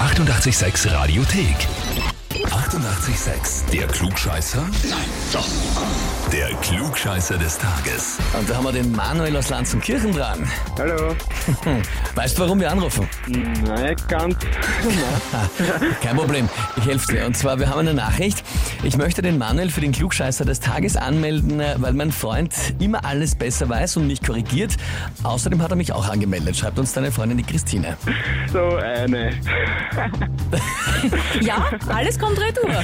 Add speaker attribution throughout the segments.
Speaker 1: 886 Radiothek. 88,6. Der Klugscheißer? Nein, doch. Der Klugscheißer des Tages.
Speaker 2: Und da haben wir den Manuel aus Lanzenkirchen dran.
Speaker 3: Hallo.
Speaker 2: Weißt du, warum wir anrufen?
Speaker 3: Nein, ganz.
Speaker 2: Kein Problem, ich helfe dir. Und zwar, wir haben eine Nachricht. Ich möchte den Manuel für den Klugscheißer des Tages anmelden, äh, weil mein Freund immer alles besser weiß und mich korrigiert. Außerdem hat er mich auch angemeldet, schreibt uns deine Freundin die Christine.
Speaker 3: So äh, eine.
Speaker 4: Ja, alles kommt retour.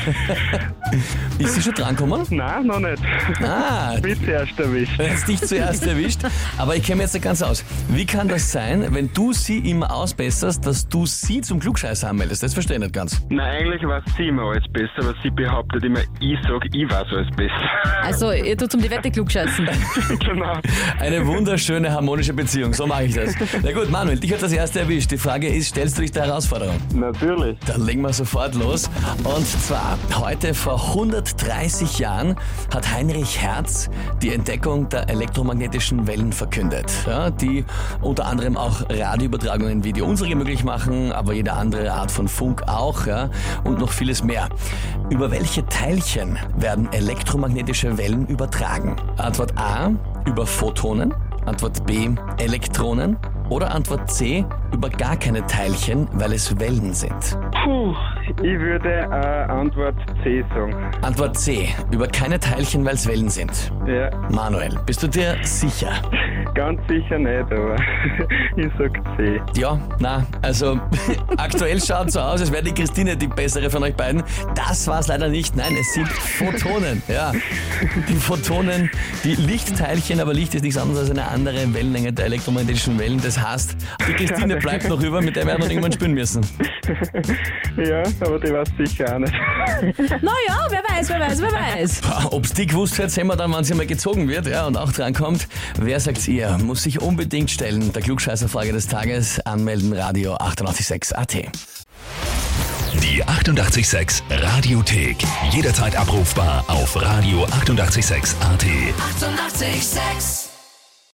Speaker 2: Ist sie schon drangekommen?
Speaker 3: Nein, noch nicht.
Speaker 2: Ah,
Speaker 3: Mich zuerst erwischt.
Speaker 2: jetzt dich zuerst erwischt. Aber ich kenne mich jetzt nicht ganz aus. Wie kann das sein, wenn du sie immer ausbesserst, dass du sie zum Klugscheißer anmeldest? Das verstehe ich nicht ganz.
Speaker 3: Nein, eigentlich weiß sie immer alles besser, aber sie behauptet immer, ich sag, ich weiß alles besser.
Speaker 4: Also, ihr tut um die Wette klugscheißen.
Speaker 3: genau.
Speaker 2: Eine wunderschöne harmonische Beziehung, so mache ich das. Na gut, Manuel, dich hat das erste erwischt. Die Frage ist, stellst du dich der Herausforderung?
Speaker 3: Natürlich.
Speaker 2: Dann legen wir sofort los. Und zwar, heute vor 130 Jahren hat Heinrich Hertz die Entdeckung der elektromagnetischen Wellen verkündet, ja, die unter anderem auch Radioübertragungen wie die unsere möglich machen, aber jede andere Art von Funk auch ja, und noch vieles mehr. Über welche Teilchen werden elektromagnetische Wellen übertragen? Antwort A, über Photonen. Antwort B, Elektronen. Oder Antwort C, über gar keine Teilchen, weil es Wellen sind.
Speaker 3: Puh, ich würde äh, Antwort C sagen.
Speaker 2: Antwort C. Über keine Teilchen, weil es Wellen sind.
Speaker 3: Ja,
Speaker 2: Manuel, bist du dir sicher?
Speaker 3: ganz sicher nicht, aber ich sag C.
Speaker 2: Ja, na, also aktuell schaut so aus, als wäre die Christine die bessere von euch beiden. Das war es leider nicht. Nein, es sind Photonen. Ja, die Photonen, die Lichtteilchen, aber Licht ist nichts anderes als eine andere Wellenlänge der elektromagnetischen Wellen. Das heißt, die Christine bleibt noch über, mit der werden wir noch irgendwann spielen müssen.
Speaker 3: Ja, aber die weiß sicher auch nicht.
Speaker 4: Naja, wer weiß, wer weiß, wer weiß.
Speaker 2: Ob es die gewusst hat, sehen wir dann, wann sie mal gezogen wird ja, und auch drankommt. Wer sagt's ihr? Muss sich unbedingt stellen. Der Klugscheißerfrage des Tages. Anmelden, Radio 886 AT.
Speaker 1: Die 88,6 Radiothek. Jederzeit abrufbar auf radio886.at. 88,6.
Speaker 5: 886